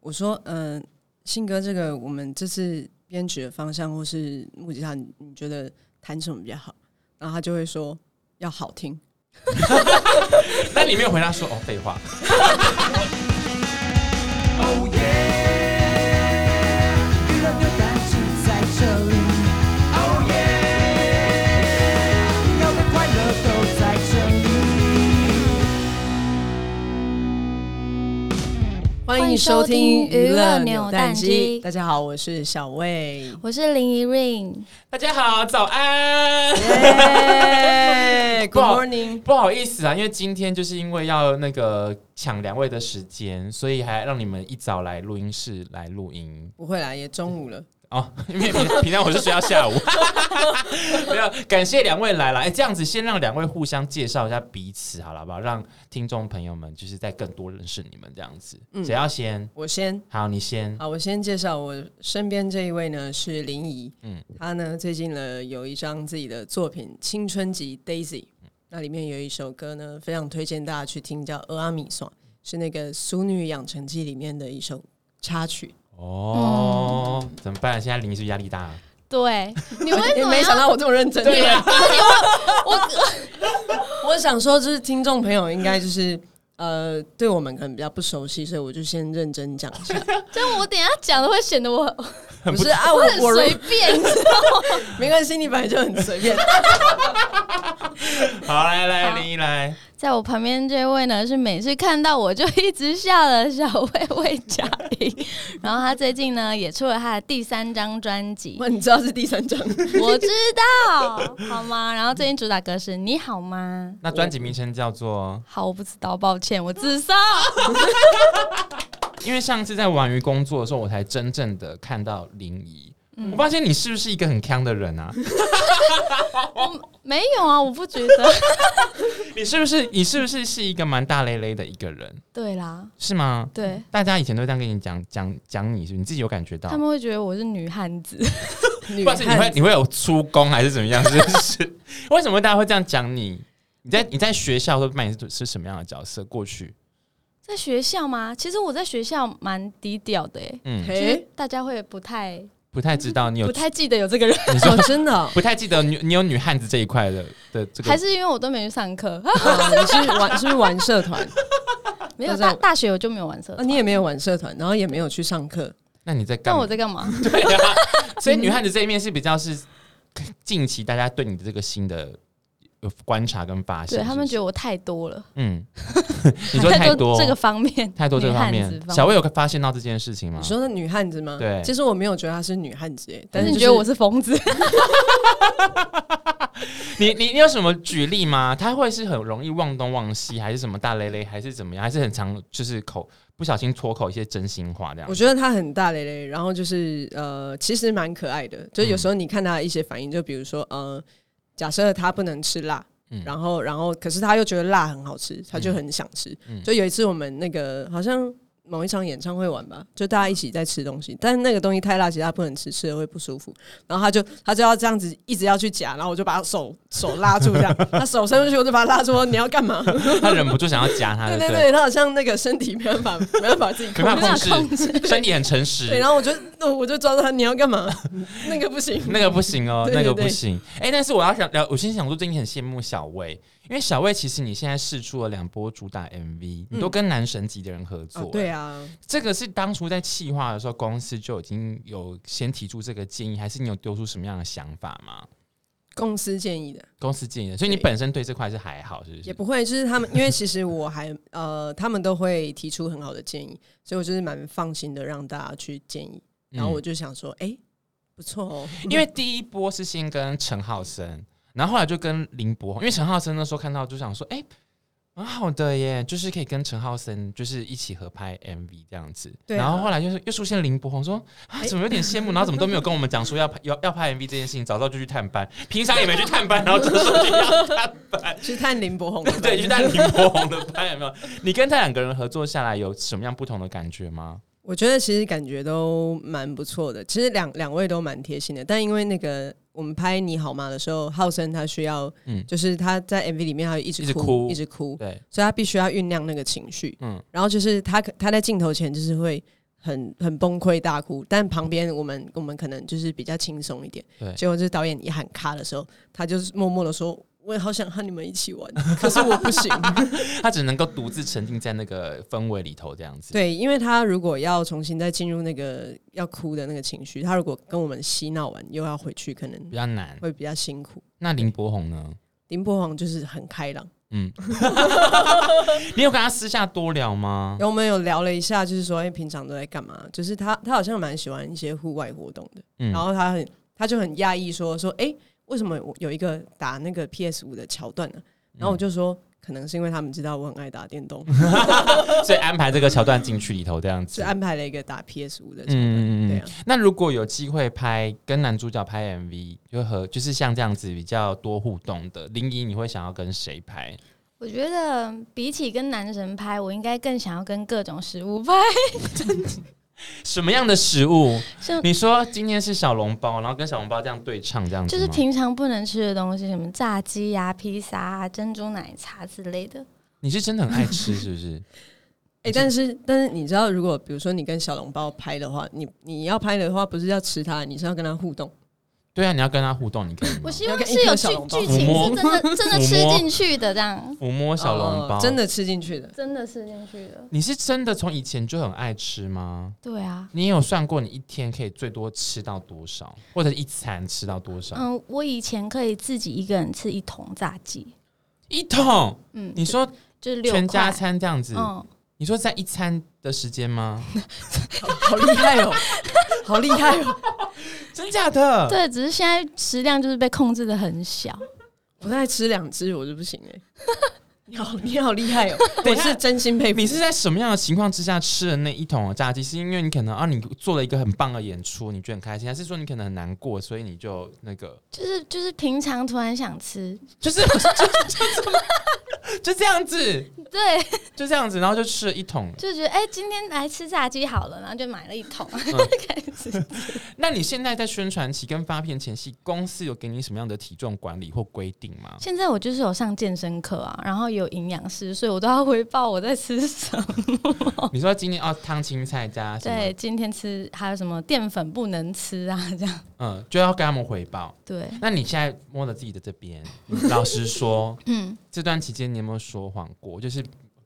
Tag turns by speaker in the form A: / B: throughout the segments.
A: 我说，呃，信哥，这个我们这次编曲的方向或是木吉他，你你觉得弹什么比较好？然后他就会说要好听。
B: 那你没有回答说哦，废话。
C: Oh yeah，娱乐扭蛋机在这里。Oh yeah，要的快乐都在这里。
A: 欢
D: 迎收听娱乐扭蛋机
A: 大家好，我是小 魏。
D: 我是林怡韵，
B: 大家好，早安。
A: 耶
B: 不
A: Good
B: 好
A: morning。
B: 不好意思啊，因为今天就是因为要那个抢两位的时间，所以还让你们一早来录音室来录音
A: 不会啦，也中午了。
B: 哦。 因为平平常我是睡到下午， 没有感谢两位来了。哎、这样子先让两位互相介绍一下彼此，好了，好不好？让听众朋友们就是再更多认识你们这样子。谁、要先？
A: 我先
B: 好，你先。
A: 啊，我先介绍我身边这一位呢是林怡，
B: 嗯
A: 嗯，她呢最近呢有一张自己的作品《青春集 Daisy》，那里面有一首歌呢非常推荐大家去听，叫《俄阿米索》，是那个《俗女养成记》里面的一首插曲。
B: 哦，怎么办？现在林是不是压力大、
D: 对，你为什
A: 也
D: 么
A: 哎没想
D: 要？啊
A: 到我这么认真，啊
B: 对呀、
A: 我想说，就是听众朋友应该就是呃对我们可能比较不熟悉，所以我就先认真讲一下。
D: 这样我等一下讲的会显得我
A: 不是啊，我
D: 很
A: 我
D: 随便，你知道吗？
A: 没关系，你本来就很随便。
B: 好，来来，
D: 好
B: 林一来。
D: 在我旁边这位呢，是每次看到我就一直笑的小魏魏佳莹，然后他最近呢也出了他的第三张专辑，
A: 哇，你知道是第三张。
D: 我知 道，好吗？然后最近主打歌是《你好吗》。
B: 那专辑名称叫做，
D: 好，我不知道，抱歉，我自 杀。
B: 因为上次在玩鱼工作的时候，我才真正的看到林怡。
D: 嗯
B: 我发现你是不是一个很强的人 啊？
D: 没有啊，我不觉得。
B: 你是不是你是不是是一个蛮大咧咧的一个人，
D: 对啦，
B: 是吗？
D: 对，
B: 大家以前都会这样跟你讲讲讲你，是不是你自己有感觉到
D: 他？们会觉得我是女汉子。
A: 女
B: 不管是你会
A: 汉子
B: 你会有出宫还是怎么样？ 是不 是？为什么大家会这样讲你？你在你在学校都扮演是是什么样的角色？过去，
D: 在学校吗？其实我在学校蛮低调的、欸，
B: 嗯，
D: 就是
A: 嘿，
D: 大家会不太
B: 不太知道你有
D: 不太记得有这个人，
B: 你说
A: 哦，真的 哦、
B: 不太记得你你有女汉子这一块的的这个
D: 还是因为我都没去上课，
A: 啊你是玩是不是玩社团？
D: 没有
A: 那这样
D: 大大学我嗯就没有玩社
A: 啊，
D: 团。
A: 你也没有玩社团，然后也没有去上课，
B: 那你在干
D: 那
B: 嘛？
D: 我在干嘛？嗯
B: 对啊，所以女汉子这一面是比较是近期大家对你的这个新的呃观察跟发现，
D: 对他们觉
B: 得
D: 得我太多了，
B: 嗯，你说太多
D: 这个方面，
B: 太多这个方
D: 女汉
B: 面
D: 子，
B: 小魏有发现到这件事情吗
D: 嗯
A: 你？说的女汉子吗？
B: 对
A: 其实我没有觉得她是女汉子耶，
D: 但
A: 但
D: 是
A: 是
D: 你
A: 就
D: 觉得我是疯子？
B: 你你你有什么举例吗？他会是很容易忘东忘西，还是什么大咧咧，还是怎么样？还是很常就是口不小心脱口一些真心话这样
A: 我？觉得她很大咧咧，然后就是呃，其实蛮可爱的，就
D: 嗯
A: 有时候你看她的一些反应，就比如说呃，假设她不能吃辣。
B: 嗯
A: 然后，然后，可是她又觉得辣很好吃，她就很想吃。
B: 嗯
A: 就有一次我们那个好像某一场演唱会玩吧，就大家一起在吃东西，但是那个东西太辣，其实她不能吃，吃了会不舒服。然后她就她就要这样子一直要去夹，然后我就把她手手拉住，这样，她手伸出去，我就把她拉住，我说你要干嘛？
B: 他忍不住想要夹他，
A: 对
B: 哎 对
A: 对
B: 不
A: 对，他好像那个身体没办法，没办法自己
B: 没
A: 控
B: 办
A: 制。
B: 法控制，身体很诚实。
A: 对，然后我就那我就抓住他，你要干嘛？那个不行。
B: 那个不行哦，
A: 对
B: 那
A: 对
B: 个
A: 对
B: 不行。哎、但是我要想聊，我先想说，最近很羡慕小魏，因为小魏其实你现在试出了两波主打 MV，、你都跟男神级的人合作、
A: 啊，嗯对啊，
B: 这个是当初在企划的时候，公司就已经有先提出这个建议，还是你有丢出什么样的想法吗？
A: 公司建议的
B: 公司建议的，所以你
A: 对
B: 本身对这块是还好，是不
A: 也
B: 是？
A: 不会，就是他们，因为其实我还呃，他们都会提出很好的建议，所以我就是蛮放心的让大家去建议。然后我就想说，哎、不错哦，
B: 嗯因为第一波是先跟陈浩森，然后后来就跟林柏宏，因为陈浩森那时候看到就想说，哎、蛮好的耶，就是可以跟陈浩森就是一起合拍 MV 这样子。
A: 对啊。
B: 然后后来就是又出现林柏宏说啊，怎么有点羡慕，然后怎么都没有跟我们讲说要拍要要拍 MV 这件事情，早知道就去探班，平常也没去探班，然后这时候就要探班
A: 去看林柏宏
B: 对，去探林柏宏的班有没有？你跟他两个人合作下来有什么样不同的感觉吗？
A: 我觉得其实感觉都蛮不错的，其实两两位都蛮贴心的，但因为那个我们拍《你好吗》的时候，浩森他需要，
B: 嗯
A: 就是他在 MV 里面他一直
B: 一直哭
A: 一直哭，
B: 对，
A: 所以他必须要酝酿那个情绪，
B: 嗯
A: 然后就是他可他在镜头前就是会很很崩溃大哭，但旁边我们我们可能就是比较轻松一点。
B: 对
A: 结果就是导演一喊卡的时候，他就是默默的说：“我也好想和你们一起玩， 可是我不 行。
B: 他只能够独自沉浸在那个氛围里头这样”子。
A: 对，因为他如果要重新再进入那个要哭的那个情绪，他如果跟我们嬉闹完又要回去，可能
B: 比较难。
A: 会比较辛苦。
B: 那林柏宏呢？
A: 林柏宏就是很开朗，
B: 嗯， 你有跟他私下多聊吗
A: 然？后我们有聊了一下，就是说，哎、平常都在干嘛？就是他，他好像蛮喜欢一些户外活动的。
B: 嗯
A: 然后他很，他就很讶异说，说，哎、为什么我有一个打那个 PS 五的桥段呢、
B: 嗯
A: 然后我就说，可能是因为他们知道我很爱打电 动，
B: 所以安排这个桥段进去里头这样
A: 是啊
B: 子。
A: 安排了一个打 PS 五的桥段。
B: 嗯
A: 对啊，
B: 那如果有机会拍跟男主角拍 MV，就和就是像这样子比较多互动的，林怡你会想要跟谁拍？
D: 我觉得比起跟男神拍，我应该更想要跟各种食物 拍，
B: 什么样的食 物？
D: 像
B: 你说今天是小笼包，然后跟小笼包这样对唱这样子
D: 就
B: 吗，
D: 是平常不能吃的东西，什么炸鸡呀、披萨啊、珍珠奶茶之类的。
B: 你是真的很爱吃是不是？
A: 哎、但是但是你知道，如果比如说你跟小笼包拍的话，你你要拍的话，不是要吃它，你是要跟它互动。
B: 对啊，你要跟他互动，你可以吗
D: 我希望
A: 要跟
D: 是
A: 一颗
D: 有
A: 小
D: 剧
A: 笼包
D: 剧 情
B: 抚摸
D: 是真的真的吃进去的，这样
B: 抚摸小笼包、
A: 哦真。的吃进去的。
D: 真的吃进去的。
B: 你是真的从以前就很爱吃吗？
D: 对啊，
B: 你有算过你一天可以最多吃到多少，或者一餐吃到多少？
D: 嗯，我以前可以自己一个人吃一桶炸鸡，
B: 一桶？
D: 嗯，
B: 你说
D: 就是六
B: 全家
D: 块，
B: 餐这样子？
D: 嗯，
B: 你说在一餐的时间吗？
A: 好厉害 哦，好厉害哦！
B: 真假的？
D: 对，只是现在食量就是被控制的很小。
A: 我大概吃两只我就不行哎、 你好，你好厉害哦！
B: 等
A: 我
B: 一下
A: 是真心佩服
B: 你是在什么样的情况之下吃了那一桶的炸鸡？是因为你可能啊，你做了一个很棒的演出，你觉得很开心，还是说你可能很难过，所以你就那个，
D: 就是就是平常突然想吃，
B: 就是就就 就就这样子，
D: 对，
B: 就这样子，然后就吃了一桶。
D: 就觉得哎、今天来吃炸鸡好了，然后就买了一桶，
B: 嗯
D: 开始吃。
B: 那你现在在宣传期跟发片前夕，公司有给你什么样的体重管理或规定 吗？
D: 现在我就是有上健身课啊，然后有营养师，所以我都要回报我在吃 什么。
B: 你说今天哦，烫青菜加什
D: 对，
B: 么？
D: 今天吃还有什么淀粉不能吃啊？这样
B: 嗯，就要跟他们回报。
D: 对，
B: 那你现在摸了自己的这边，老 实说，嗯，这段期间你有没有说谎过？就是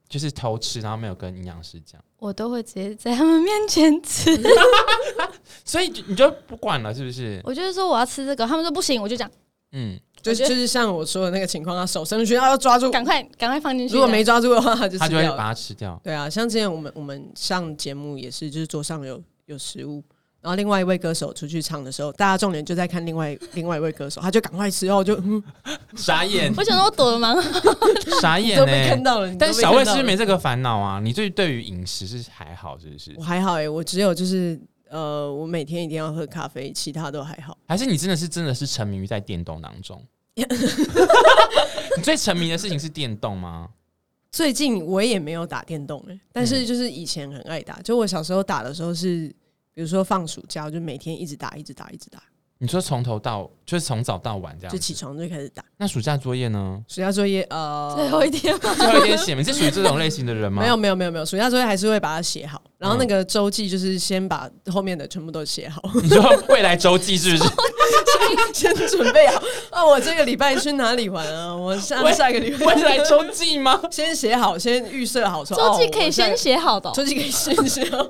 B: 就是偷吃，然后没有跟营养师讲，
D: 我都会直接在他们面前 吃。
B: 所以就你就不管了，是不是？
D: 我就是说我要吃这个，他们说不行，我就讲
B: 嗯，
A: 就
D: 我觉得
A: 就是像我说的那个情况，他手伸出去，他要抓住，
D: 赶快赶快放进去。
A: 如果没抓住的话，他就
B: 他
A: 吃
B: 就会
A: 掉
B: 把
A: 了。
B: 它吃掉。
A: 对啊，像之前我们我们上节目也是，就是桌上有有食物，然后另外一位歌手出去唱的时候，大家重点就在看另外 另外一位歌手，他就赶快吃，然后我就、 嗯、
B: 傻眼，
D: 我想说我躲得蛮好，
B: 傻
A: 你
B: 眼
A: 都
B: 呢、
A: 被看到了。你都
B: 欸但
A: 被
B: 小魏
A: 看
B: 是
A: 到
B: 不是
A: 了
B: 没这个烦恼啊，你对对于饮食是还好，是不是
A: 我？还好哎、我只有就是呃，我每天一定要喝咖啡，其他都还好。
B: 还是你真的是真的是沉迷于在电动当中？你最沉迷的事情是电动吗？
A: 最近我也没有打电动哎、但
B: 嗯
A: 是就是以前很爱打，就我小时候打的时候是，比如说放暑假，我就每天一直打，一直打，一直打，
B: 你说从头到就是从早到晚这样
A: 就起
B: 子，
A: 床就开始打。
B: 那暑假作业 呢？
A: 暑假作业呃，
D: 最后一天 嘛。
B: 最后一天写，你是属于这种类型的人吗？
A: 没有，没有没有没有，暑假作业还是会把它写好，然后那个周记就是先把后面的全部都写 好，
B: 你说未来周记是 不是？
A: 先准备好。啊，我这个礼拜去哪里玩啊？我下
B: 喂
A: 下个礼拜
B: 未 来周记吗？
A: 先写好，先预设好说。
D: 周记
A: 哦
D: 可以
A: 我下
D: 先
A: 个
D: 写好的哦、
A: 周记可以先写好。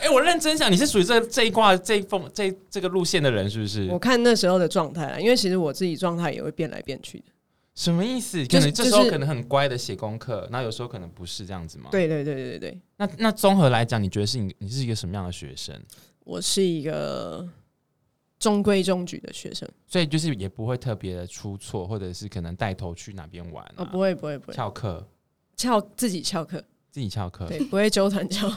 B: 哎、我认真想，你是属于这这一卦、这一风、这这个路线的人，是不是
A: 我？看那时候的状态啦，因为其实我自己状态也会变来变去的。
B: 嗯什么意思？
A: 就
B: 可
A: 是
B: 能这时候
A: 就是
B: 可能很乖的写功课，那有时候可能不是这样子吗？。
A: 对对对对对对，
B: 那那综合来讲，你觉得是你你是一个什么样的学生？
A: 我是一个中规中矩的学生。
B: 所以就是也不会特别的出错，或者是可能带头去哪边玩、啊
A: 哦，不会不会不会，
B: 翘课，
A: 翘自己翘课，
B: 自己翘课，
A: 对，不会纠团翘。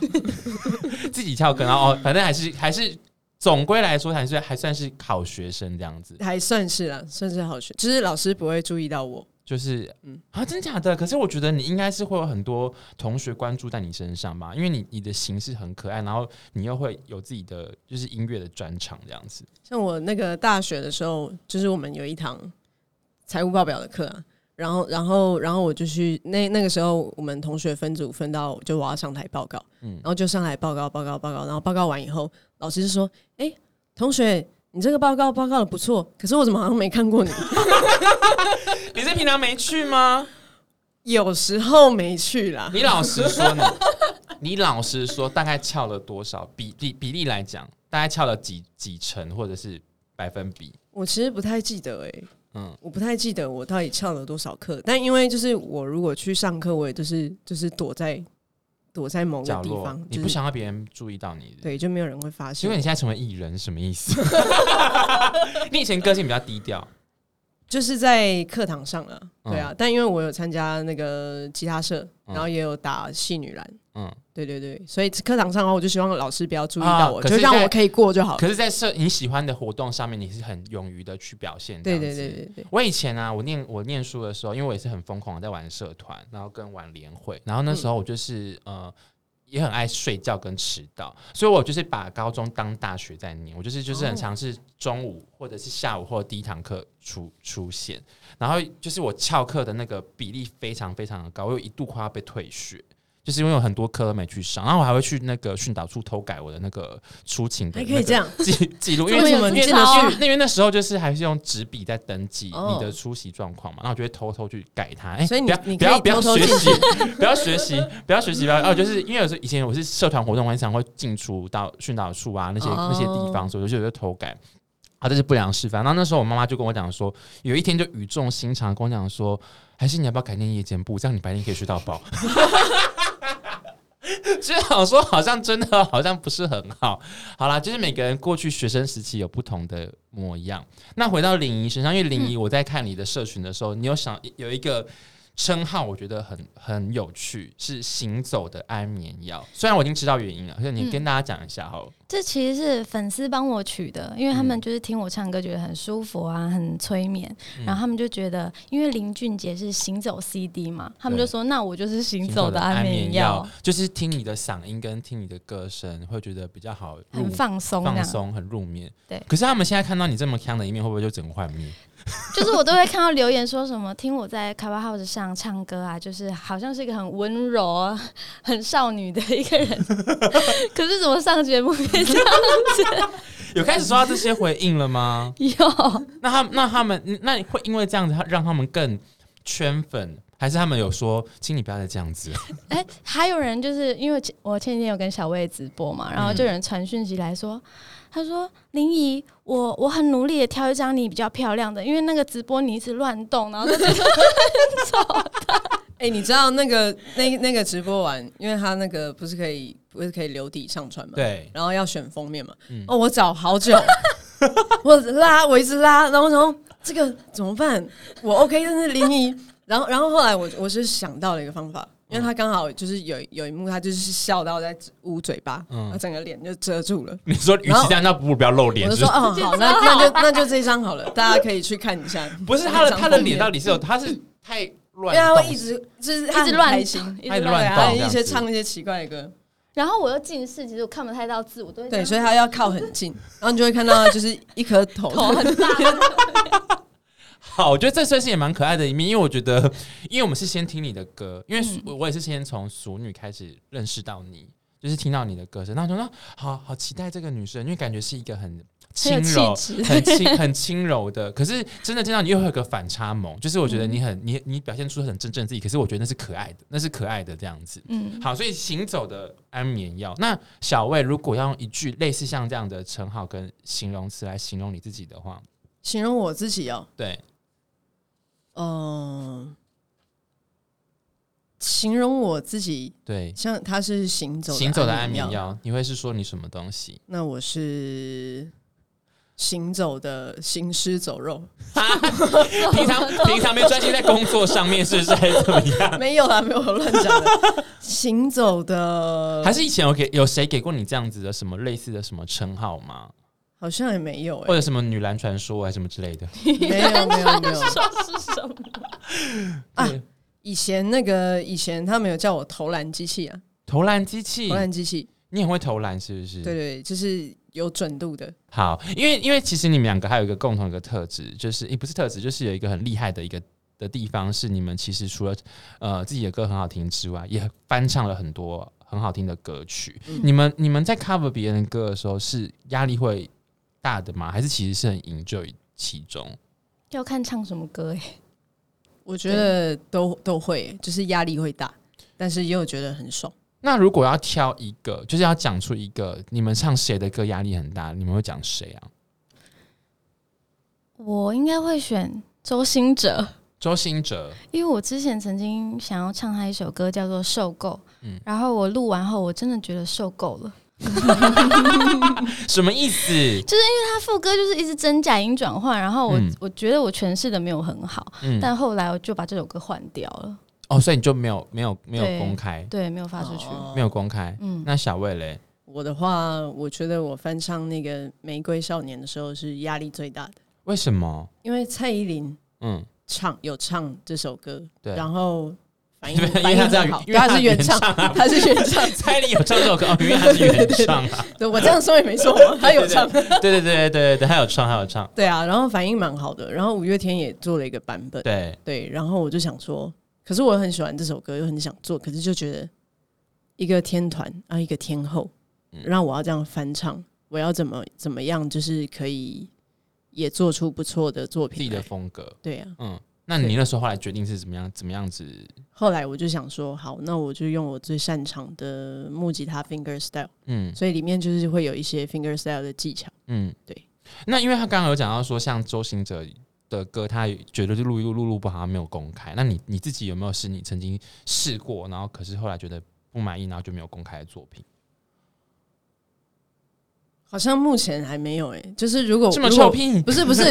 B: 自己翘课，然后哦，反正还是还是总归来说还是还算是好学生这样子。
A: 还算是啦，算是好学，就是老师不会注意到我。
B: 就是，
A: 嗯
B: 啊，真假的？可是我觉得你应该是会有很多同学关注在你身上吧，因为你你的形式很可爱，然后你又会有自己的就是音乐的专场这样子。
A: 像我那个大学的时候，就是我们有一堂财务报表的课啊，然后，然后，然后我就去那那个时候，我们同学分组分到，就我要上台报告，
B: 嗯
A: 然后就上台报告，报告，报告，然后报告完以后，老师就说：“哎、同学，你这个报告报告的不错，可是我怎么好像没看过你？
B: 你是平常没去吗？
A: 有时候没去啦，
B: 你老实说你， 你老实说，大概翘了多少比例比例来讲，大概翘了几几成或者是百分比？
A: 我其实不太记得哎、
B: 嗯
A: 嗯，我不太记得我到底翘了多少课，但因为就是我如果去上课，我也就是就是躲在躲在某个
B: 角
A: 地
B: 落
A: 方，，
B: 你
A: 就是
B: 不想让别人注意到你，。
A: 对，就没有人会发
B: 请问
A: 现
B: 你。现在成为艺人是什么 意思？你以前个性比较低调，
A: 就是在课堂上了，
B: 嗯
A: 对啊，但因为我有参加那个吉他社，
B: 嗯
A: 然后也有打戏女篮，
B: 嗯，
A: 对对对，所以课堂上的话，我就希望老师不要注意到我，
B: 啊可是
A: 就让
B: 在
A: 我可以过就好了。
B: 可是，在社你喜欢的活动上面，你是很勇于的去表现。
A: 对对对。对对，
B: 我以前啊，我念我念书的时候，因为我也是很疯狂的在玩社团，然后跟玩联会，然后那时候我就是、呃也很爱睡觉跟迟到，所以我就是把高中当大学在念，我就是就是很尝试中午或者是下午或者第一堂课出出现，然后就是我翘课的那个比例非常非常的高，我有一度快要被退学。就是因为有很多课都没去上，然后我还会去那个训导处偷改我的那个出勤的、
A: 还
B: 那
A: 可以
B: 个
A: 这样，
B: 记记录，因
A: 这么
B: 为
A: 有
B: 因为
A: 技
B: 那
A: 巧
B: 因
A: 啊
B: 为因为那时候就是还是用纸笔在登记
A: 哦
B: 你的出席状况嘛，然后我就会偷偷去改它。哎，
A: 所以你
B: 不要
A: 你
B: 不要
A: 可
B: 不
A: 以
B: 要
A: 偷偷
B: 学
A: 进
B: 习，不要学习，不要学习，不要哦，就是因为有时候以前我是社团活动，我很常会进出到训导处啊那些
A: 哦
B: 那些地方，所以我就有时候偷改。啊，这是不良示范。然后那时候我妈妈就跟我讲说，有一天就语重心长地跟我讲说，还是你要不要改念夜间部，这样你白天可以学到饱。就想说，好像真的好像不是很好。 好啦，就是每个人过去学生时期有不同的模样。那回到林怡身上，因为林怡，我在看你的社群的时候，你有想有一个称号，我觉得很很有趣，是行走的安眠药。虽然我已经知道原因了，可是你跟大家讲一下好了。
D: 这其实是粉丝帮我取的，因为他
B: 嗯
D: 们就是听我唱歌觉得很舒服啊，很催眠，
B: 嗯
D: 然后他们就觉得，因为林俊杰是行走 CD 嘛，他们就说那我就是行走的安眠药，
B: 就是听你的嗓音跟听你的歌声，会觉得比较好入
D: 很放松这
B: 嗯放
D: 样。
B: 松，很入眠。
D: 对
B: 可是他们现在看到你这么腔的一面，会不会就整个幻灭？
D: 就是我都会看到留言说什么，听我在 Cover House 上唱歌啊，就是好像是一个很温柔、啊、很少女的一个人，可是怎么上节目变这样？
B: 有开始收到这些回应了 吗？
D: 有
B: 那他那他们那你会因为这样子让他们更圈粉，还是他们有说，请你不要再这 样子？
D: 哎、还有人就是因为前我前几天有跟小魏直播嘛，然后就有人传讯息来说，他说林怡，我我很努力的挑一张你比较漂亮的，因为那个直播你一直乱动，然后就觉得
A: 哎、你知道那个那那个直播完，因为他那个不是可以不是可以留底上传吗？
B: 对，
A: 然后要选封面嘛。
B: 嗯
A: 哦，我找好久， 我拉，我一直拉，然后然后这个怎么办？我 OK，但是林怡，然后然后后来我我是想到了一个方法，因为他刚好就是有有一幕，他就是笑到在捂嘴巴，
B: 嗯
A: 嗯，整个脸就遮住了。
B: 你说，与
A: 然
B: 其
A: 后
B: 这样，那不如不要露
A: 我
B: 脸。
A: 就是说
B: 不是
A: 哦，好，那那就那就这一张好了，大家可以去看一下。
B: 不是他
A: 这
B: 的
A: 张
B: 他的
A: 封面
B: 脸到底是有，他是太
A: 因
B: 乱
A: 为他
B: 动，
A: 啊会一直就是
D: 一直乱动，
B: 他
D: 一
B: 一直
D: 直
A: 对
B: 乱
D: 乱
B: 动
D: 动。
A: 啊，
B: 这样
A: 一些
B: 子
A: 唱一些奇怪的歌。
D: 然后我又近视，其实我看不太到字，我都会
A: 对，
D: 这
A: 所以
D: 样
A: 他要靠很近，然后你就会看到就是一颗头，
D: 头很大。
B: 好，我觉得这算是也蛮可爱的一面，因为我觉得，因为我们是先听你的歌，因为
A: 嗯
B: 俗我也是先从熟女开始认识到你，就是听到你的歌声，然后我就说好好期待这个女生，因为感觉是一个很轻
D: 很有
B: 柔、
D: 气 质
B: 很轻、很轻柔的，可是真的见到你又会有个反差萌，就是我觉得你很、你你表现出很真正自己，可是我觉得那是可爱的，那是可爱的这样子。
D: 嗯，
B: 好，所以行走的安眠药。那小魏，如果要用一句类似像这样的称号跟形容词来形容你自己的话，
A: 形容我自己哦，
B: 对，
A: 嗯，形容我自己，
B: 对，
A: 像他是行走
B: 行走的安眠
A: 眠。
B: 药，你会是说你什么东西？
A: 那我是行走的行尸走肉，
B: 平常平常没专心在工作上面，是不是还是怎么 样？
A: 没有啦，没有我乱讲的，行走的
B: 还是以前有给有谁给过你这样子的什么类似的什么称号吗？
A: 好像也没有
B: 或
A: 哎、
B: 者什么女篮传说还啊是什么之类的？
A: 没有没有没有，
D: 说是什么？
A: 啊
B: 对
A: 以前那个以前他们有叫我投篮机器啊，
B: 投篮机器
A: 投，篮机器，
B: 你很会投篮是不是？
A: 对对对，就是有准度的，
B: 好，因为因为其实你们两个还有一个共同一个特质，就是也、不是特质，就是有一个很厉害的一个的地方是，你们其实除了呃自己的歌很好听之外，也翻唱了很多很好听的歌曲。
A: 嗯
B: 你们你们在 cover 别人的歌的时候，是压力会大的吗？还是其实是很 enjoy 其中？
D: 要看唱什么歌哎、
A: 我觉得都都会，欸就是压力会大，但是又觉得很爽。
B: 那如果要挑一个，就是要讲出一个你们唱谁的歌压力很大，你们会讲谁啊？
D: 我应该会选周兴哲，
B: 周兴哲，
D: 因为我之前曾经想要唱他一首歌叫做《受够》，
A: 嗯
D: 然后我录完后，我真的觉得受够了。
B: 什么意思？
D: 他副歌就是一直真假音转换，然后我、
B: 嗯
D: 我觉得我诠释的没有很好，
B: 嗯，
D: 但后来我就把这首歌换掉了，
B: 哦，所以你就没有没有没有
D: 对
B: 公开，
D: 对，没有发出去。
A: 哦
B: 没有公开。
D: 嗯，
B: 那小魏嘞，
A: 我的话，我觉得我翻唱那个《玫瑰少年》的时候是压力最大的，
B: 为什么？
A: 因为蔡依林
B: 嗯，
A: 唱有唱这首歌，
B: 对
A: 然后反应
B: 因为因
A: 反
B: 为
A: 应
B: 他这样
A: 很好，
B: 因
A: 对
B: 为他
A: 他是原唱，
B: 原唱啊
A: 他是 原唱。
B: 蔡依林有唱这首歌，哦，因为他是原唱啊。
A: 对我这样说也没错嘛，他有唱。
B: 对对对对对对，他有唱，他有唱。
A: 对啊，然后反应蛮好的，然后五月天也做了一个版本，
B: 对，
A: 对，然后我就想说，可是我很喜欢这首歌，又很想做，可是就觉得一个天团啊，一个天后，
B: 嗯
A: 让我要这样翻唱，我要怎么怎么样，就是可以也做出不错的作
B: 自己
A: 品
B: 的
A: 来。
B: 风格。
A: 对啊，
B: 嗯，那你那时候后来决定是怎么样？怎么样子？
A: 后来我就想说，好，那我就用我最擅长的木吉他 finger style，
B: 嗯
A: 所以里面就是会有一些 finger style 的技巧。
B: 嗯，
A: 对。
B: 那因为他刚刚有讲到说，像周兴哲的歌，他觉得就录一录录录不好，他没有公开。那你你自己有没有是你曾经试过，然后可是后来觉得不满意，然后就没有公开的作品？
A: 好像目前还没有诶、就是如果
B: 这么
A: 如果
B: 臭屁？
A: 不是 不是，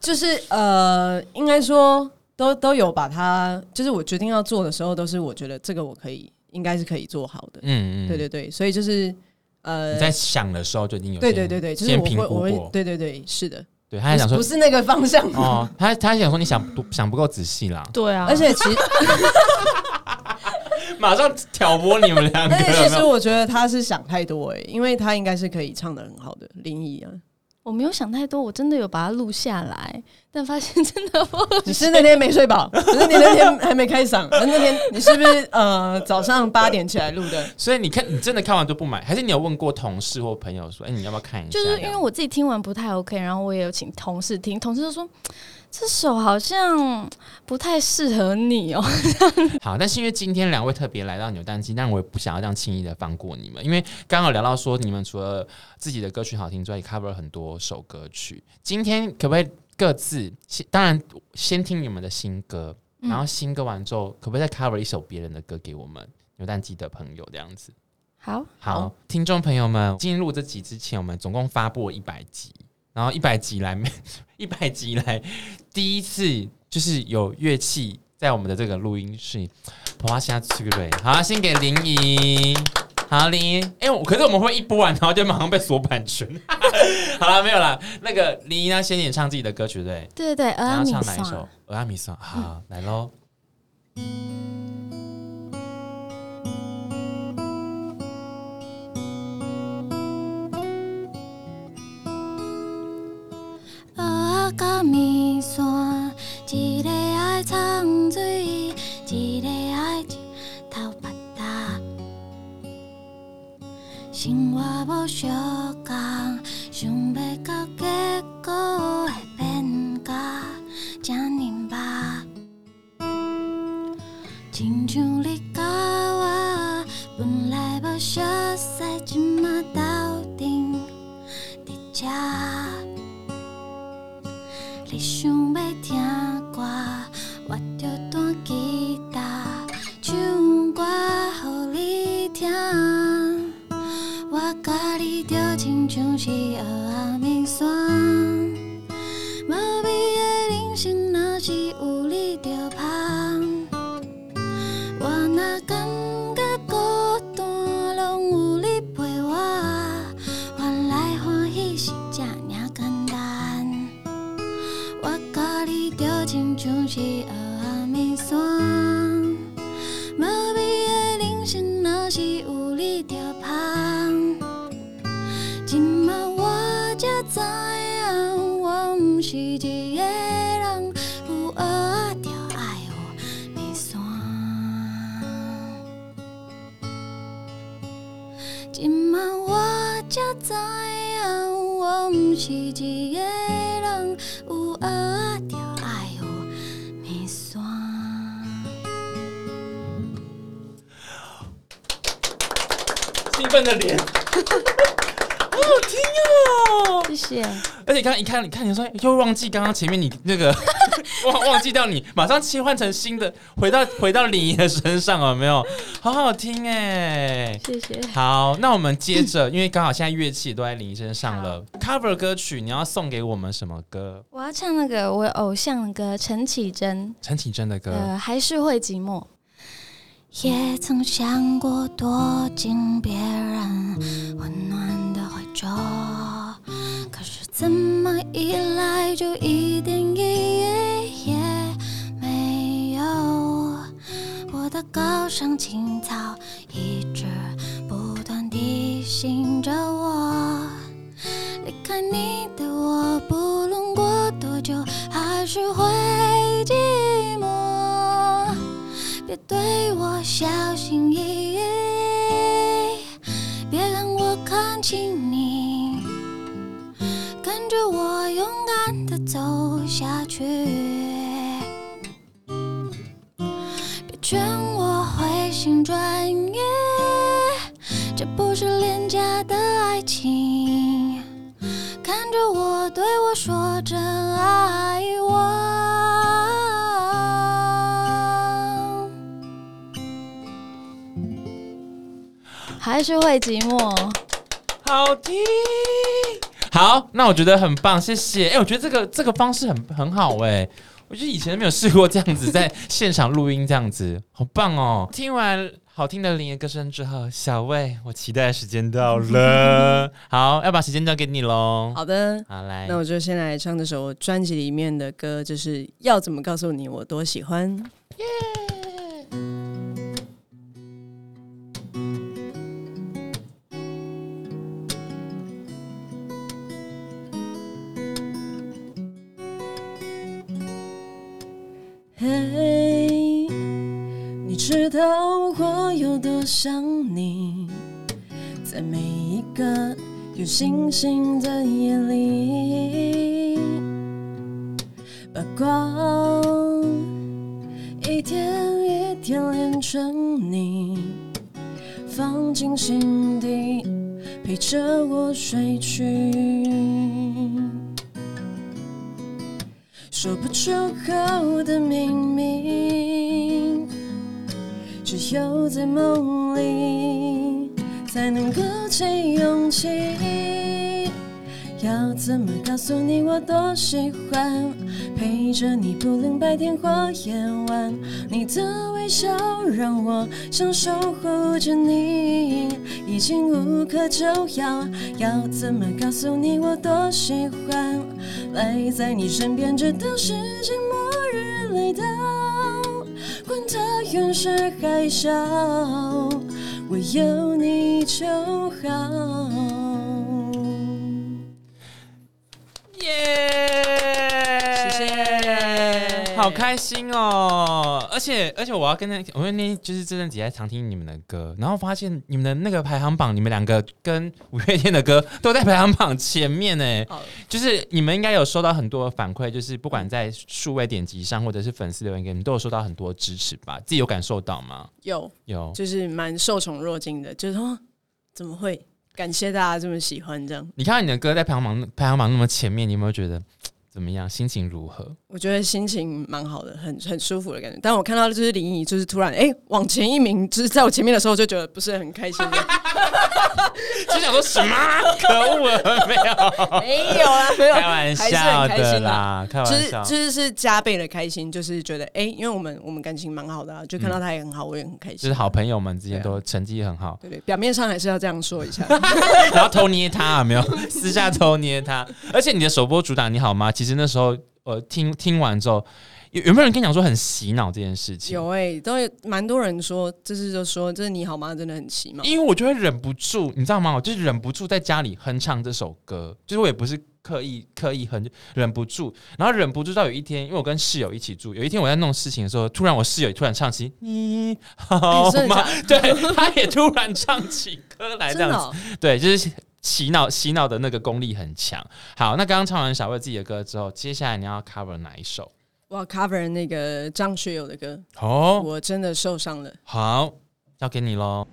A: 就是呃，应该说都都有把它，就是我决定要做的时候，都是我觉得这个我可以，应该是可以做好的。
B: 嗯嗯，
A: 对对对，所以就是呃
B: 你，在想的时候就已经有
A: 对
B: 先
A: 对对对，就是
B: 先
A: 我
B: 评
A: 会我
B: 估
A: 会
B: 过。
A: 对对对，是的，
B: 对，他还想说
A: 不是那个方向。
B: 哦，他他想说你想不想不够仔细 啦，
D: 对啊
A: 而且其实，
B: 马上挑拨你们两个
A: 而且
B: 有
A: 其
B: 没
A: 实
B: 有？
A: 我觉得他是想太多哎、因为他应该是可以唱的很好的林怡 啊，
D: 我没有想太多，我真的有把它录下来，但发现 真的不
A: 只是那天没睡饱，只是你那天还没开嗓，那天你是不是呃早上八点起来录的？
B: 所以你看，你真的看完就不买，还是你有问过同事或朋友说，哎、你要不要看一下？
D: 就是因为我自己听完不太 OK，然后我也有请同事听，同事就说这首好像不太适合你哦、
B: 好，但是因为今天两位特别来到扭蛋机，但我也不想要这样轻易的放过你们，因为刚刚有聊到说，你们除了自己的歌曲好听之外，也 cover 了很多首歌曲。今天可不可以各自先？当然先听你们的新歌，然后新歌完之后，可不可以再 cover 一首别人的歌给我们扭蛋机的朋友这样子？
D: 好，
B: 好，听众朋友们，进入这集之前，我们总共发布了一百集，然后一百集来， 一百集来第一次就是有乐器在我们的这个录音室，哇，下去瑞，好，先给林怡。好，林怡，哎、我可是我们会一播完，然后就马上被锁版权。 好了，没有啦，那个林怡呢，先演唱自己的歌曲，对不对，
D: 对对
B: 想
D: 对，阿
B: 要
D: 米
B: 唱哪一
D: 桑
B: 首？俄阿米桑，好，来喽。
E: 蚵仔甲面线，一个爱创水，一个爱一头白搭。生活无相共，想要到结果会变甲这呢吧。亲像你甲我，本来无熟识，即马斗阵伫遮。你想要听歌，我就弹吉他，唱歌予你听。我甲你就亲像是蚵仔面线，无味的人生若是有你就香。我若感觉孤单，拢有你陪我，原来欢喜是这尔简单。我甲你就亲像是蚵仔面线，无味的人生若是有你就香。即马我才知影，我毋是一个人，有蚵仔就影，我毋是一个人，有学着哎爱有面线。
B: 兴奋的 脸，
D: 谢谢。
B: 哦而且刚刚一看，你看你说哎又忘记刚刚前面你那 个忘忘记掉你，马上切换成新的，回到回到林怡的身上了没有？好好听哎、
D: 谢谢。
B: 好，那我们接着，因为刚好现在乐器都在林怡身上了。cover 歌曲，你要送给我们什么歌？
D: 我要唱那个我偶像的歌，陈绮贞
B: 陈绮贞的歌。
D: 的《还是会寂寞》。
E: 也曾想过躲进别人温暖的怀中，可是怎么一来就一点意义也没有。我的高尚情操一直不断提醒着我，离开你的我，不论过多久，还是会寂寞。别对我小心翼翼，别让我看清你，跟着我勇敢的走下去。别劝我回心转意，这不是廉价的爱情。看着我，对我说真爱我。
D: 还是会寂
A: 哦
D: 寞。
B: 好听。好，那我觉得很棒，谢谢。哎、我觉得这个这个方式很很好哎、我觉得以前没有试过这样子在现场录音这样子，好棒哦！听完好听的林爷歌声之后，小魏，我期待的时间到了， 好，要把时间交给你喽。
A: 好的，
B: 好，来
A: 那，我就先来唱这首专辑里面的歌，就是要怎么告诉你我多喜欢。嘿，你知道我有多想你，在每一个有星星的夜里，把光一点一点连成你，放进心底，陪着我睡去。说不出口的秘密，只有在梦里才能鼓起勇气。要怎么告诉你我多喜欢？陪着你，不论白天或夜晚，你的微笑让我想守护着你，已经无可救药。要怎么告诉你我多喜欢？赖在你身边，直到世界末日来到，管它陨石海啸，我有你就好。
B: 耶，
A: 谢谢
B: 好开心哦！而且而且，我要跟那，我跟那，就是这阵子也在常听你们的歌，然后发现你们的那个排行榜，你们两个跟五月天的歌都在排行榜前面 呢。
A: 好
B: 就是你们应该有收到很多的反馈，就是不管在数位点击上，或者是粉丝留言给你们，都有收到很多支持吧？自己有感受到吗？
A: 有
B: 有。
A: 就是蛮受宠若惊的，就是哦，怎么会？感谢大家这么喜欢这样，
B: 你看到你的歌在排行榜排行榜那么前面，你有没有觉得怎么样？心情如何？
A: 我觉得心情蛮好的，很很舒服的感觉。但我看到就是林颖，就是突然哎、往前一名，就是在我前面的时候，就觉得不是很开心的。
B: 就想说什么啊？可恶了， 没有。
A: 没有啦， 没有，
B: 开
A: 还
B: 玩
A: 是很
B: 笑
A: 开心
B: 的
A: 啦。
B: 啦，开
A: 就
B: 玩
A: 是
B: 笑。
A: 就是是加倍的开心，就是觉得哎、因为我们我们感情蛮好的、啊，就看到他也很好，我也很开
B: 就
A: 心
B: 是。好朋友们之间
A: 对
B: 都成绩很好，
A: 对对，表面上还是要这样说 一下。
B: 然后偷捏他有 没有？私下偷捏他。而且你的首播主打你好吗？其实那时候呃听听完之后，有有没有人跟你讲说很洗脑这件事情？
A: 有哎、都有蛮多人说，就是就说这是你好吗？真的很奇妙。
B: 因为我就会忍不住，你知道吗？我就是忍不住在家里哼唱这首歌，就是我也不是刻意刻意哼，忍不住，然后忍不住到有一天，因为我跟室友一起住，有一天我在弄事情的时候，突然我室友突然唱起你 好
A: 哎真的
B: 吗？对，他也突然唱起歌来这
A: 真
B: 样
A: 的
B: 子，
A: 哦、
B: 对，就是洗脑洗脑的那个功力很强。好，那刚刚唱完小魏自己的歌之后，接下来你要 cover 哪一首？
A: 我要 cover 那个张学友的歌，
B: 哦，
A: 我真的受伤了。
B: 好，交给你喽。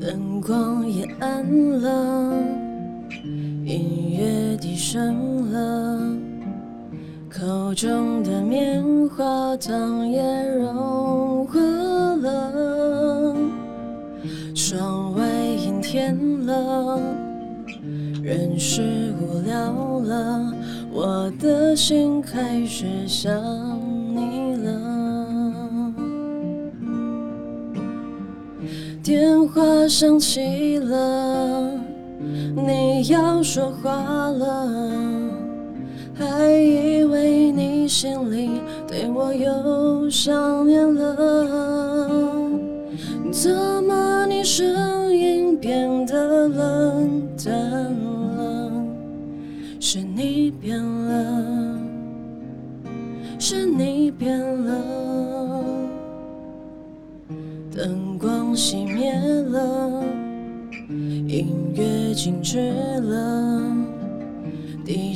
A: 灯光也暗了，音乐低声了，口中的棉花糖也融化了，窗外阴天了，人是无聊了，我的心开始想你了。电话响起了，你要说话了，还以为你心里对我有想念了，怎么你声音变得冷淡了？是你变了，是你变了。灯光熄灭了，音乐静止了，滴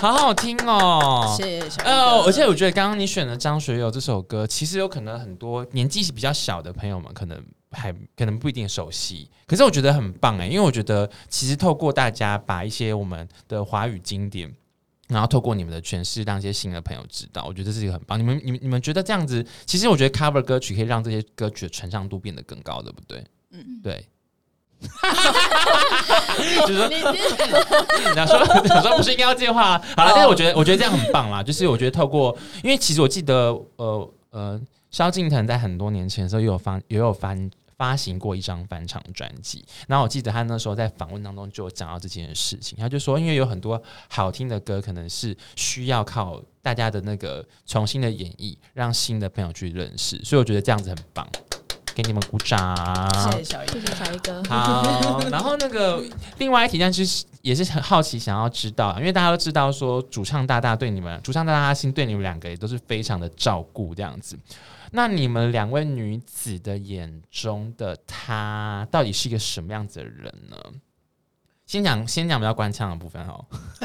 B: 好好听哦。
A: 谢谢小
B: 哦，而且我觉得刚刚你选的张学友这首歌，其实有可能很多年纪比较小的朋友们可能还可能不一定熟悉，可是我觉得很棒哎，因为我觉得其实透过大家把一些我们的华语经典。然后透过你们的诠释，让一些新的朋友知道，我觉得这是一个很棒。你们、你们、你们觉得这样子，其实我觉得 cover 歌曲可以让这些歌曲的传唱度变得更高，对不对？嗯，对。就是说，想说 想说不是应该要这话好了，但是我觉得我觉得这样很棒啦，就是我觉得透过，因为其实我记得呃呃，萧敬腾在很多年前的时候也有翻也有翻发行过一张翻唱专辑，然后我记得他那时候在访问当中就有讲到这件事情，他就说因为有很多好听的歌可能是需要靠大家的那个重新的演绎，让新的朋友去认识，所以我觉得这样子很棒，给你们鼓掌，
A: 谢小
D: 谢谢小一哥。
B: 好，然后那个另外一题，但是也是很好奇，想要知道，因为大家都知道说主唱大大对你们，主唱大大阿星对你们两个也都是非常的照顾这样子。那你们两位女子的眼中的他，到底是一个什么样子的人呢？先讲先讲比较官腔的部分哦。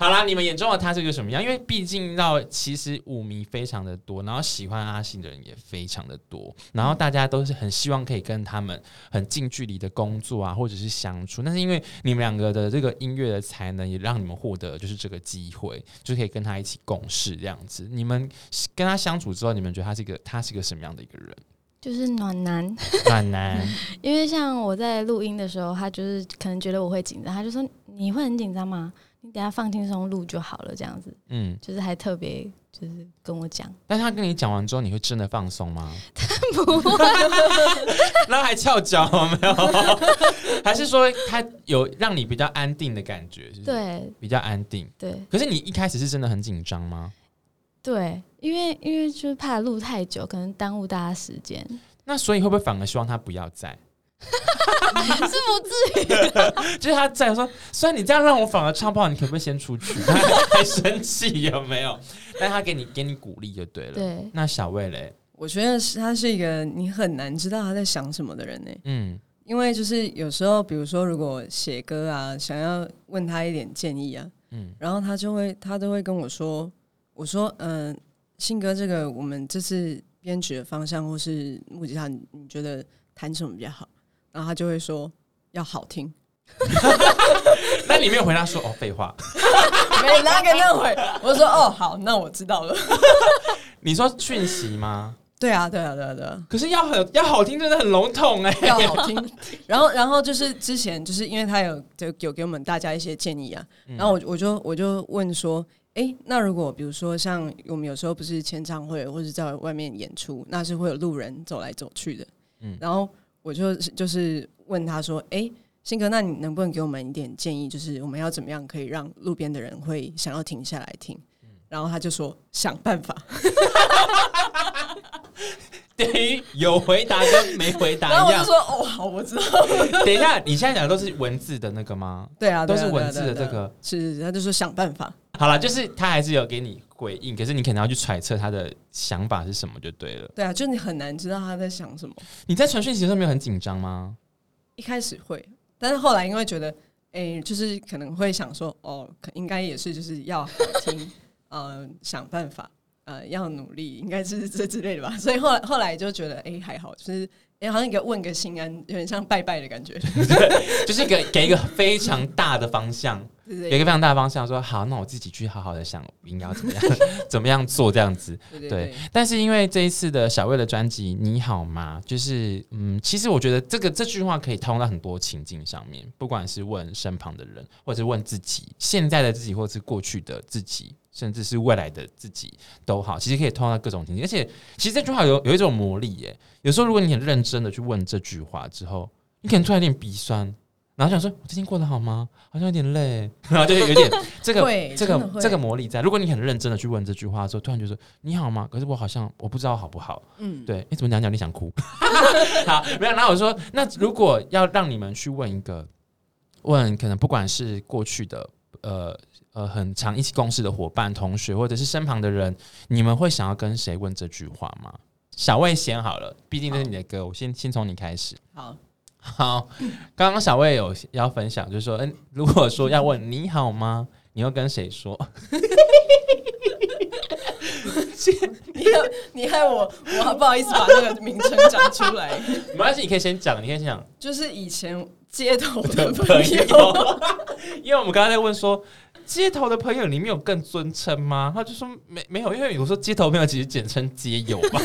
B: 好啦，你们眼中的他是一个什么样？因为毕竟到其实舞迷非常的多，然后喜欢阿信的人也非常的多，然后大家都是很希望可以跟他们很近距离的工作啊，或者是相处。但是因为你们两个的这个音乐的才能，也让你们获得就是这个机会，就可以跟他一起共事这样子。你们跟他相处之后，你们觉得他是一个他是一个什么样的一个人？
D: 就是暖男，
B: 暖 男，
D: 因为像我在录音的时候，他就是可能觉得我会紧张，他就说你会很紧张吗？你等一下放轻松录就好了，这样子，
B: 嗯。
D: 就是还特别就是跟我讲，
B: 但是他跟你讲完之后，你会真的放松吗？
D: 不会
B: 然后还翘脚没有？还是说他有让你比较安定的感觉？
A: 嗯
B: 是不是，
D: 对
B: 比较安定。
D: 对
B: 可是你一开始是真的很紧张吗？
D: 对，因为因为就是怕录太久，可能耽误大家时间，
B: 那所以会不会反而希望他不要在？
D: 是不至
B: 就是他在说，虽然你这样让我反而唱不好，你可不可以先出 去？他还生气有没有？但他给你给你鼓励就对了。
D: 于对。
B: 那小魏嘞，
A: 我觉得是他是一个你很难知道他在想什么的人呢、
B: 嗯
A: 因为就是有时候，比如说如果写歌啊，想要问他一点建议啊，
B: 嗯
A: 然后他就会他都会跟我说，我说嗯、呃，信哥，这个我们这次编曲的方向或是木吉他，你你觉得弹什么比较好？然后他就会说要好听，
B: 那你没有回答说哦，废话。
A: 没拉给那会，我就说哦好，那我知道了。
B: 你说讯息吗？
A: 对啊，对啊，对啊，对啊。
B: 可是要很要好听，真的很笼统哎、
A: 要好 听。然后，然后就是之
B: 嗯
A: 前就是因为他有就有给我们大家一些建议啊，然后我我就我就问说，诶，那如果比如说像我们有时候不是签唱会或者在外面演出，那是会有路人走来走去的。
B: 嗯
A: 然后我就就是问他说：“诶，新哥，那你能不能给我们一点建议？就是我们要怎么样可以让路边的人会想要停下来听？”
B: 嗯
A: 然后他就说：“想办法。
B: 等于有回答跟没回”
A: 然
B: 答
A: 后
B: 一
A: 我就
B: 样。
A: 说：“哦，好，我知道。
B: 等一下，你现在讲的都是文字的那个吗？
A: 对啊”对啊，
B: 都
A: 对
B: 是
A: 啊
B: 文字的这。
A: 对啊对啊
B: 个。
A: 是，是他就说想办法。
B: 好了，就是他还是有给你回应，可是你可能要去揣测他的想法是什么就对了。
A: 对啊，就你很难知道他在想什么。
B: 你在传讯息的时候没有很紧张吗？
A: 一开始会，但是后来因为觉得，诶，就是可能会想说，哦，可应该也是就是要好听， 呃，想办法，呃，要努力，应该是这之类的吧。所 以后来后来就觉得，诶，还好，就是诶，好像给问个心安，有点像拜拜的感觉，
B: 就是给给一个非常大的方向，
A: 对
B: 给一个非常大的方向说好，那我自己去好好的想，我应该要怎么样怎么样做这样子。
A: 对对
B: 对，但是因为这一次的小魏的专辑《你好吗》，就是嗯，其实我觉得这个这句话可以套用到很多情境上面，不管是问身旁的人，或者是问自己现在的自己，或者是过去的自己，甚至是未来的自己都好，其实可以套用到各种情境。而且，其实这句话有有一种魔力耶。有时候，如果你很认真的去问这句话之后，你可能突然有点鼻酸。然后想说，我最近过得好吗？好像有点累， 然后就有点这个
A: 会
B: 这
A: 真的
B: 个
A: 会
B: 这个魔力在。如果你很认真的去问这句话的时候，突然就说你好吗？可是我好像我不知道好不好。
A: 嗯，
B: 对，你、怎么讲讲你想哭？ 好，没有。然后我说，那如果要让你们去问一个，问可能不管是过去的呃呃很长一起共事的伙伴、同学，或者是身旁的人，你们会想要跟谁问这句话吗？小魏先好了，毕竟这是你的歌，我先先从你开始。
A: 好，
B: 好，刚刚小魏有要分享，就是说，嗯、如果说要问你好吗，你要跟谁说？
A: 你害你害我，我还不好意思把那个名称讲出来，
B: 没关系，你可以先讲，你可以先讲。
A: 就是以前街头的
B: 的
A: 朋
B: 朋
A: 友。
B: 友， 因为我们刚刚在问说，街头的朋友里面有更尊称吗？他就说没没有，因为我说街头朋友其实简称街友吧。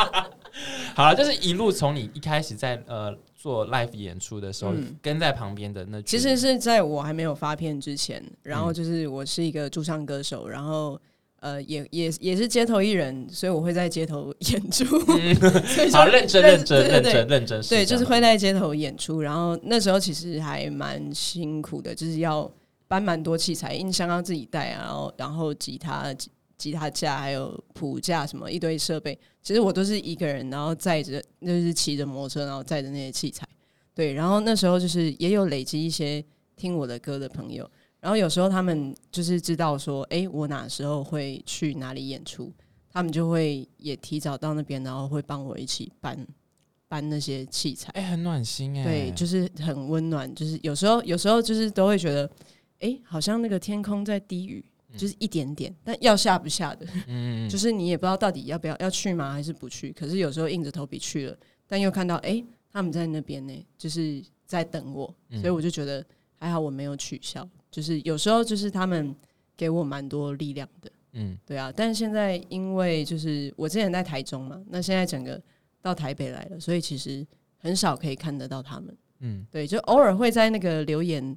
B: 好了，就是一路从你一开始在呃做 live 演出的时候，
A: 嗯
B: 跟在旁边的那群
A: 其实是在我还没有发片之前，然
B: 嗯
A: 后就是我是一个驻唱歌手，然后呃也也也是街头艺人，所以我会在街头演出，所以就
B: 嗯 好认真认真
A: 对对
B: 认
A: 对
B: 真认真，
A: 对，就是会
B: 在
A: 在街头演出。然后那时候其实还蛮辛苦的，就是要搬蛮多器材，音箱要自己带啊，然后然后吉他、吉吉他架还有谱架什么一堆设备，其实我都是一个人，然后载着就是骑着摩托车，然后载着那些器材。对，然后那时候就是也有累积一些听我的歌的朋友，然后有时候他们就是知道说，诶，我哪时候会去哪里演出，他们就会也提早到那边，然后会帮我一起搬搬那些器材。
B: 哎、很暖心哎、
A: 对，就是很温暖，就是有时候有时候就是都会觉得，诶，好像那个天空在低语，就是一点点，但要下不下的，
B: 嗯，
A: 就是你也不知道到底要不要要去吗，还是不去。可是有时候硬着头皮去了，但又看到诶，他们在那边呢，就是在等我，
B: 嗯
A: 所以我就觉得还好我没有取消。就是有时候就是他们给我蛮多力量的，
B: 嗯
A: 对啊。但是现在因为就是我之前在台中嘛，那现在整个到台北来了，所以其实很少可以看得到他们。
B: 嗯，
A: 对，就偶尔会在那个留言，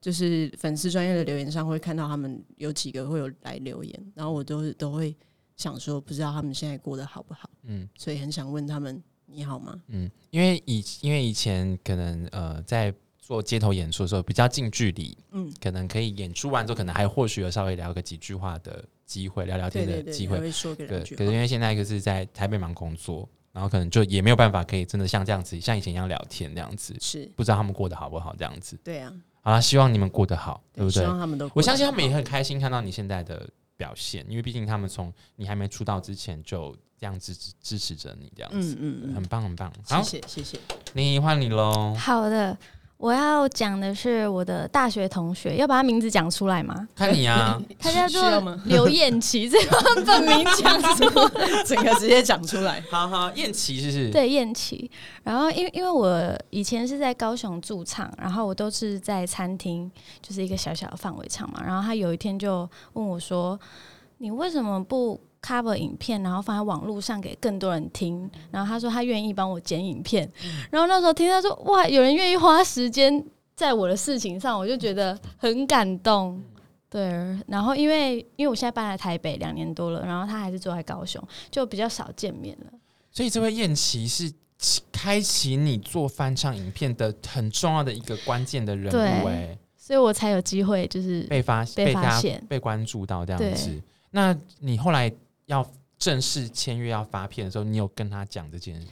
A: 就是粉丝专业的留言上会看到他们有几个会有来留言，然后我都是都会想说，不知道他们现在过得好不好，
B: 嗯
A: 所以很想问他们你好吗？
B: 嗯，因为以因为以前可能呃在做街头演出的时候比较近距离，
A: 嗯，
B: 可能可以演出完之后，可能还或许有稍微聊个几句话的机会，聊聊
A: 对
B: 天
A: 对
B: 的
A: 对，
B: 机
A: 还
B: 会。
A: 会说个
B: 对
A: 两句
B: 可是
A: 话。
B: 因为现在就是在台北忙工作，然后可能就也没有办法可以真的像这样子，像以前一样聊天这样子，
A: 是，
B: 不知道他们过得好不好这样子。
A: 对啊，
B: 好啦，希望你们过得好，对不
A: 希
B: 对？
A: 望他们都过
B: 我
A: 得
B: 相信他
A: 好
B: 们也很开心看到你现在的表现，因为毕竟他们从你还没出道之前就这样支持支持着你这样
A: 嗯
B: 子，
A: 嗯
B: 很
A: 嗯，
B: 棒很棒。好，
A: 谢谢谢 谢，
B: 林怡换你喽，
D: 好的，我要讲的是我的大学同学，要把他名字讲出来吗？
B: 看你 啊，
D: 他叫
A: 需要
D: 做
A: 吗
D: 刘彦琪，这 个本名讲出来。
A: 整个直接讲出来，
B: 好好，燕琪是不是？
D: 对，燕琪。然后因为因为我以前是在高雄驻唱，然后我都是在餐厅，就是一个小小的范围唱嘛。然后他有一天就问我说：“你为什么不 cover 影片，然后放在网络上给更多人听？”然后他说他愿意帮我剪影片。然后那时候听他说：“哇，有人愿意花时间在我的事情上，我就觉得很感动。”对，然后因为因为我现在搬来台北两年多了，然后他还是住在高雄，就比较少见面了。
B: 所以这位燕琪是启开启你做翻唱影片的很重要的一个关键的人物、
D: 对
B: 哎，
D: 所以我才有机会就是
B: 被发
D: 被
B: 大
D: 发
B: 家
D: 现。
B: 被关注到这样子
D: 对。
B: 那你后来要正式签约要发片的时候，你有跟他讲这件 事？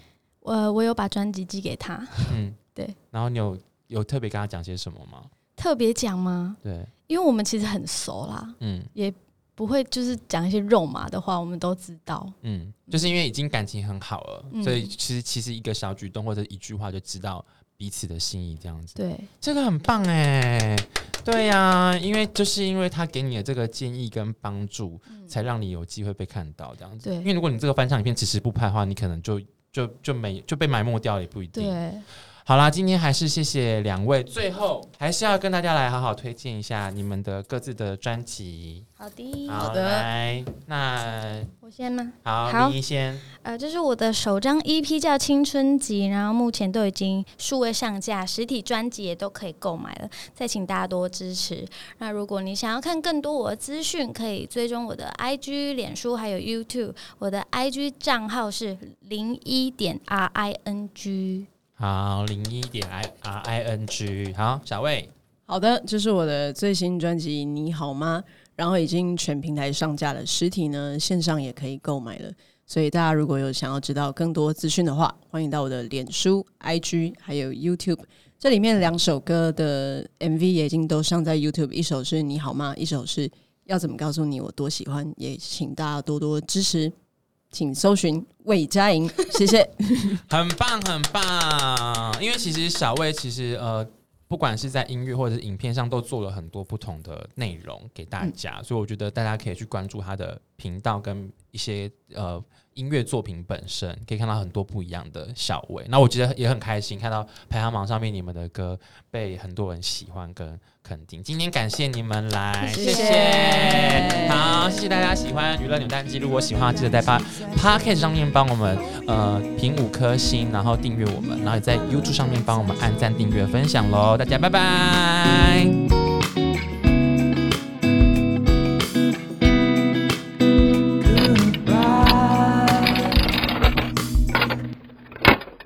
D: 呃，我有把专辑寄给他，
B: 嗯，
D: 对。
B: 然后你有有特别跟他讲些什么吗？
D: 特别讲吗？
B: 对，
D: 因为我们其实很熟啦，
B: 嗯
D: 不会就是讲一些肉麻的话，我们都知道。
B: 嗯，就是因为已经感情很好了，
D: 嗯
B: 所以其实其实一个小举动或者一句话就知道彼此的心意这样子。
D: 对，
B: 这个很棒哎，对呀、因为就是因为他给你的这个建议跟帮助，才让你有机会被看到这样子。
D: 嗯对
B: 因为如果你这个翻唱影片迟迟不拍的话，你可能就就就没就被埋没掉了，也不一定。
D: 对，
B: 好啦，今天还是谢谢两位，最后还是要跟大家来好好推荐一下你们的各自的专辑。
E: 好的
B: 好
D: 嗯的
B: 来，那
D: 我先吗？
B: 好，
D: 好
B: 你先。
D: 呃，这是我的首张 EP 叫《青春集》，然后目前都已经数位上架，实体专辑也都可以购买了，再请大家多支持。那如果你想要看更多我的资讯，可以追踪我的 IG、脸书还有 YouTube。我的 IG 账号是零一点 R I N G。
B: 好，零一点 i r i n g。好，小魏。
A: 好的，这是我的最新专辑《你好吗》，然后已经全平台上架了，实体呢线上也可以购买了。所以大家如果有想要知道更多资讯的话，欢迎到我的脸书、IG 还有 YouTube。这里面两首歌的 MV 也已经都上在 YouTube，一首是《你好吗》，一首是要怎么告诉你我多喜欢，也请大家多多支持，请搜寻魏佳莹，谢谢。
B: 很棒，很棒！因为其实小魏其实呃，不管是在音乐或者是影片上，都做了很多不同的内容给大家，所以我觉得大家可以去关注他的频道跟一些呃音乐作品本身，可以看到很多不一样的小魏。那我觉得也很开心，看到排行榜上面你们的歌被很多人喜欢跟肯定。今天感谢你们来，
D: 谢谢
B: 好，谢谢大家喜欢娱乐扭蛋机，如果喜欢的话记得在发 Podcast 上面帮我们呃评五颗星，然后订阅我们，然后也在 YouTube 上面帮我们按赞、订阅、分享喽，大家拜拜。